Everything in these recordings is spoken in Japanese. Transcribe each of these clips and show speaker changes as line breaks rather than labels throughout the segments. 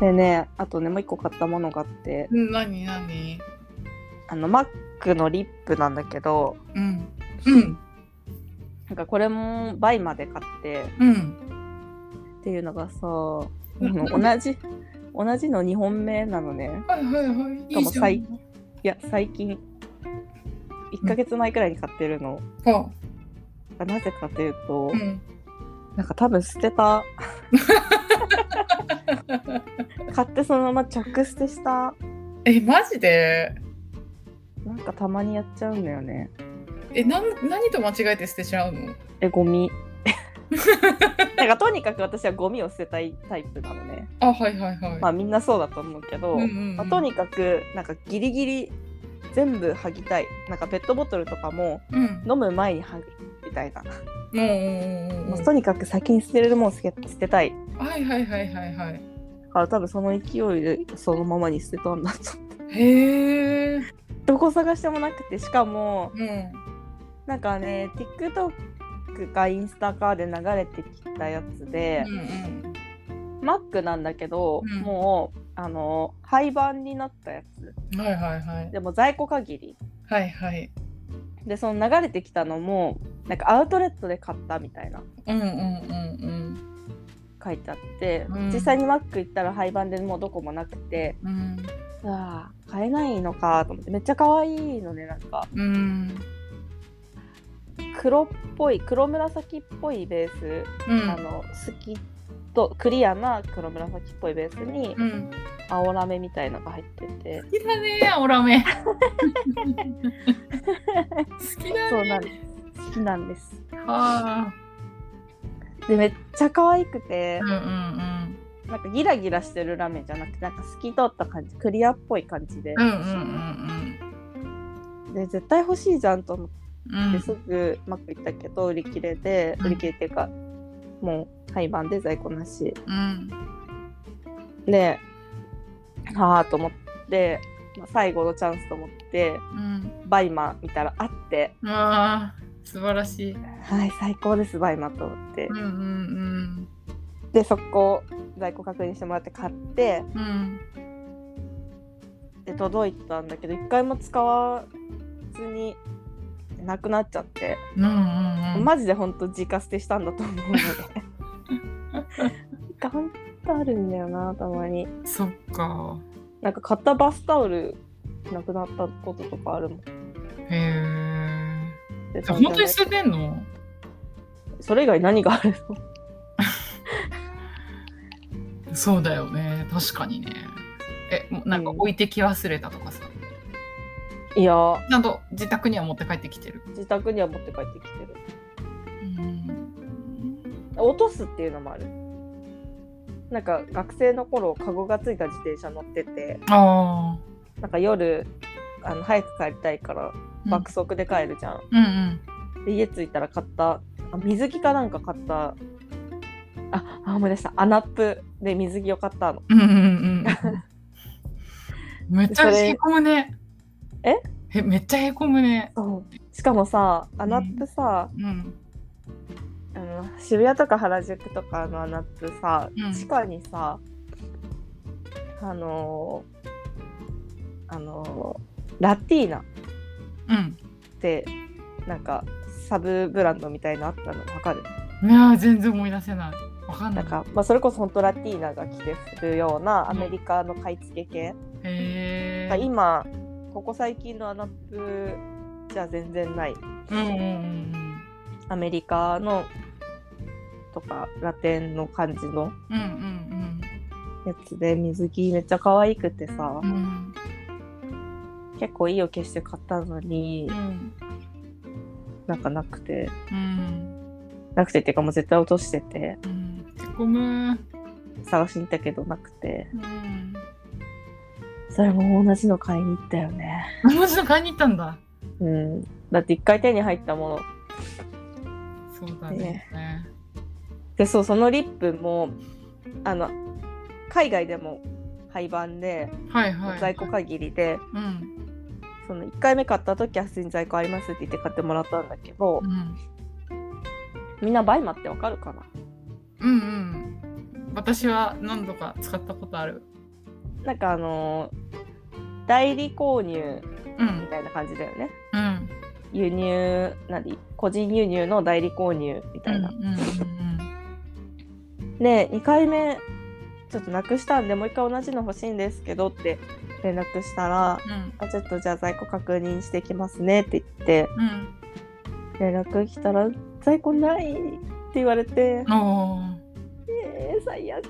でねあとねもう一個買ったものがあって
うん、何何
あのマックのリップなんだけど
うん。うん。
なんかこれも倍まで買って
うん。
っていうのがさあ
ん
の同じ同じの2本目なのね
はいはいはい。い
しか
いじ
も
ゃ
最
ん。
いや最近1ヶ月前くらいに買ってるの、
あ、
なぜかというと、
うん。
なんか多分捨てた買ってそのまま直捨てした
え、マジで
なんかたまにやっちゃうんだよね
え、なん何と間違えて捨てちゃうの
えゴ ミなんかとにかく私はゴミを捨てたいタイプなのね
あ、はいはいはい。
まあみんなそうだと思うけど、
うんうんうん
まあとにかくなんかギリギリ全部剥ぎたいなんかペットボトルとかも
うん。
飲む前に剥ぐみたいな、
もうんうんうん
ま
う
あ
ん。
とにかく先に捨てれるもん捨て捨てたい
はいはいはいはいはい。
だから多分その勢いでそのままに捨てたんだと思って
へえ。
どこ探してもなくてしかも
うん。
なんかね TikTok かインスタかで流れてきたやつで
う、ん
マックなんだけど、
うん
もうあの廃盤になったやつ
うん。はいはいはい。
でも在庫限り
はいはい。
でその流れてきたのもなんかアウトレットで買ったみたいな
うんうんうん
書いてあって、
うん
実際にマック行ったら廃盤でもうどこもなくて
うん。うん。
うわあ買えないのかと思ってめっちゃ可愛いのねなんか
うん。
黒っぽい黒紫っぽいベース、
うん。
あの好きとクリアな黒紫っぽいベースに
うん。
青ラメみたいのが入ってて
好、きだねー、オラ メ。好きだ
そうな
ね
んです好きなんです
ー。はあ。
でめっちゃ可愛くて
うん、うん
なんかギラギラしてるラメじゃなくてなんか透き通った感じクリアっぽい感じで
うん。う、んうん
で絶対欲しいじゃんと思っ
うんうん。う
て
ん
すぐマック行ったけど売り切れで
うん
売り切れっていうかもう廃盤で在庫なし
うん。
でああと思って、まあ最後のチャンスと思って
うん。
バイマ見たらあって
ああ、素晴らしい。
はい最高ですバイマと思って
うんうん
で速攻在庫確認してもらって買って
うん。うん。
で届いたんだけど一回も使わずになくなっちゃって、
うんうんうん。
マジでほんと自家捨てしたんだと思う のでなんかほんとあるんだよなたまに
そっか。
なんか買ったバスタオルなくなったこととかあるもん
へえ。
で
本当に捨ててんの
それ以外何があるの
そうだよね。確かにね。え、もうなんか置いてき忘れたとかさ。
いやー
ちゃんと自宅には持って帰ってきてる。
自宅には持って帰ってきてる
うん。
落とすっていうのもあるなんか学生の頃カゴがついた自転車乗ってて
あ
なんか夜あの早く帰りたいから
あ。
爆速で帰るじゃん、
うんうん。
で家着いたら買ったあ水着かなんか買ったああ思い出したアナップで水着を買ったの
うんうんうんうん。めっちゃ
それ
へこむね。
え
えめっちゃへこむね。
しかもさアナップさ、
うん。
あの渋谷とか原宿とかのアナップさ、
うん
地下にさあのーあのーラティーナっ
うん。
てなんかサブブランドみたいなのあったのわかる
いやー全然思い出せない。わかん
な
な
いん。か、まあ、それこそ本当ラティーナが着てするようなアメリカの買い付け系、
へ
なんか
え。
今ここ最近のアナップじゃ全然ない
うんうんうん
アメリカのとかラテンの感じの
うん。うん
やつで水着めっちゃ可愛くてさ、
うんうん。うん
結構いいを消して買ったのに
うん
なんかなくて
うん
なくてっていうかもう絶対落としてて
うん。へこむ。
探しに行ったけどなくて
うん。
それも同じの買いに行ったよね
もう一度買いに行ったんだ。
うんだって一回手に入ったもの
そうだね。
でそうそのリップもあの海外でも廃盤で
はいはい。
在庫限りで、
うん
その1回目買った時は普通に在庫ありますって言って買ってもらったんだけど
う、ん
みんなバイマってわかるかな
うんうん。私は何度か使ったことある。
なんかあのー代理購入
う
み
ん
たいな感じだよね
うん
輸入何個人輸入の代理購入みたいな、
うんうんうん
で2回目ちょっとなくしたんでもう一回同じの欲しいんですけどって連絡したら
うん
あちょっとじゃあ在庫確認してきますねって言って
うん
連絡来たら在庫ないって言われて
うんおー
えー、最悪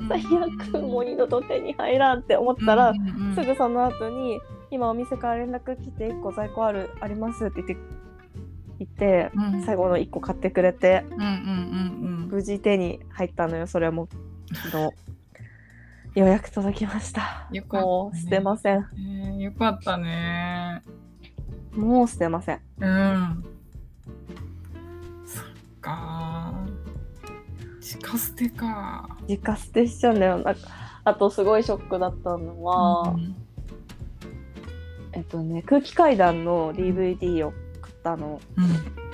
うん
最悪もう二度と手に入らんって思ったら
う、んうんうん
すぐその後に今お店から連絡来て1個在庫あるありますって言って言って
うん
最後の1個買ってくれて
うんうんうん
無事手に入ったのよそれものようやく届きました
よかった
もう捨て
ね
ません
うんえーよかったね
もう捨てません
うんそっか自家捨てか
自家捨てしちゃうんだよなんかあとすごいショックだったのは、
うん
えっとね空気階段の DVD を買ったの
うん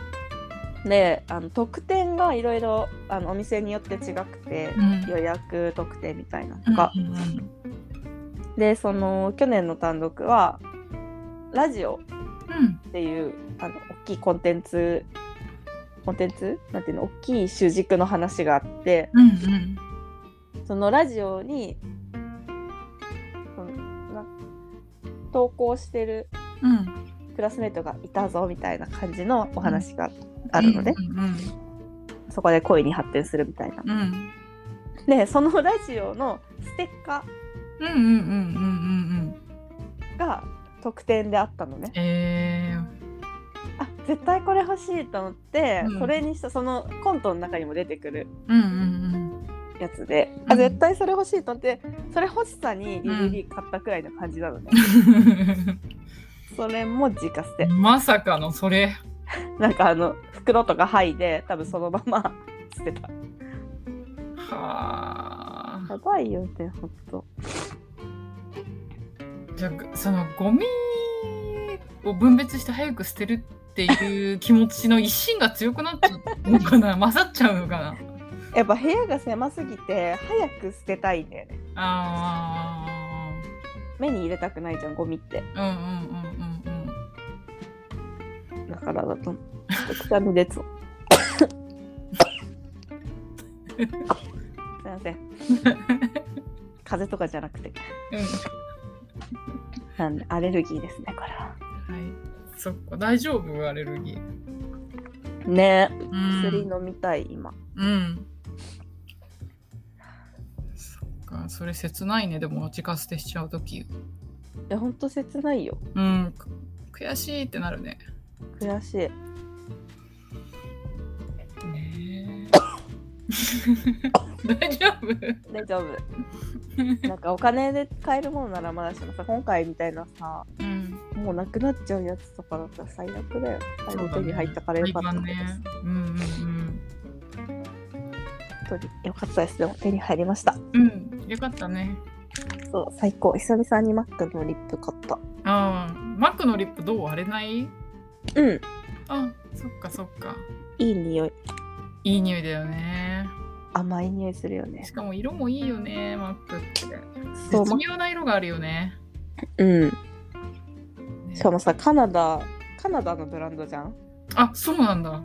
であの特典がいろいろあのお店によって違くて
う、ん
予約特典みたいなのが、
うんうん
でその去年の単独はラジオ
うん
っていうあの大きいコンテンツコンテンツなんていうの大きい主軸の話があって
うんうん
そのラジオにそのな投稿してる
うん
クラスメートがいたぞみたいな感じのお話があるので、
うんうん
そこで恋に発展するみたいな。
うんうん
でそのラジオのステッカ
うんうんうんうんうんうん
ーが特典であったのね。
えー
あ絶対これ欲しいと思って、
うん
それにしたそのコントの中にも出てくる
うんうん
やつで、
う
あ
ん
絶対それ欲しいと思ってそれ欲しさに DVD 買ったくらいの感じなのね、 それも自家捨
う
て
んまさかのそれ
なんかあの袋とか剥いで多分そのまま 捨てた
はあ
やばいよねほんと
じゃあそのゴミを分別して早く捨てるっていう気持ちの一心が強くなっちゃうのかな勝っちゃうのかな
やっぱ部屋が狭すぎて早く捨てたいんだよね
あ
目に入れたくないじゃんゴミって
ーうんうんうんうんうん
だからだとくしゃみ出 そうすいません風邪とかじゃなくて
う
なんでアレルギーですねこれは
んはいそっか大丈夫アレルギー
ね
うん
薬飲みたい今
うんそっかそれ切ないねでも自家捨てしちゃう時
いやほんと切ないよ
うんく悔しいってなるね
悔しい
ねえ 大丈夫
大丈夫なんかお金で買えるものならまだしもさ今回みたいなさ
うん
もうなくなっちゃうやつとかだったら最悪だよ最
そう
後
だ
手
ね
に入ったからよかったけど
廃盤ねうん
本当によかったですでも手に入りました
うんうんうんよかったね
そう最高久々にマックのリップ買った
ああマックのリップどう割れない
うん
あそっかそっか
いい匂い
いい匂いだよね
甘い匂いするよね
しかも色もいいよねマックって
そう
絶妙な色があるよね
うん
ね
しかもさカナダカナダのブランドじゃん
あそうなんだ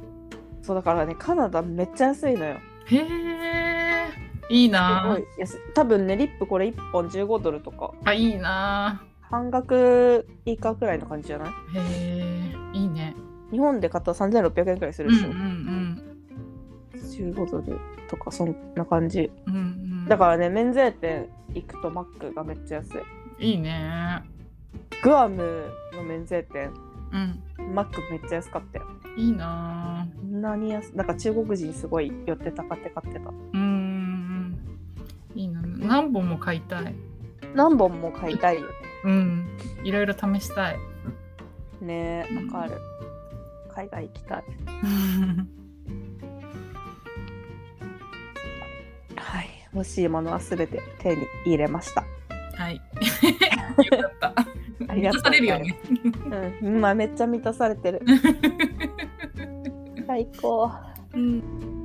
そうだからねカナダめっちゃ安いのよ
へえいい
す
な
ごい安い多分ねリップこれ1本15ドルとか
あいいな
半額以下くらいの感じじゃない
へえいいね
日本で買ったら3600円くらいす
う
る
ん
でし
う
ょ、
ん
15ドルとかそんな感じ
うんうんうん
だからね免税店行くとマックがめっちゃ安い
いいね
グアムの免税店
うん
マックめっちゃ安かったよ
いいな
こんなに安なんか中国人すごい寄ってたかって買ってた
うーんいいな何本も買いたい
何本も買いたいよ
うんいろいろ試したい
ね
うん
ねわかる海外行きたいはい欲しいものは全て手に入れました
はいよかった
ありがとうございます
満たされるよね
うん、まあめっちゃ満たされてる最高
うん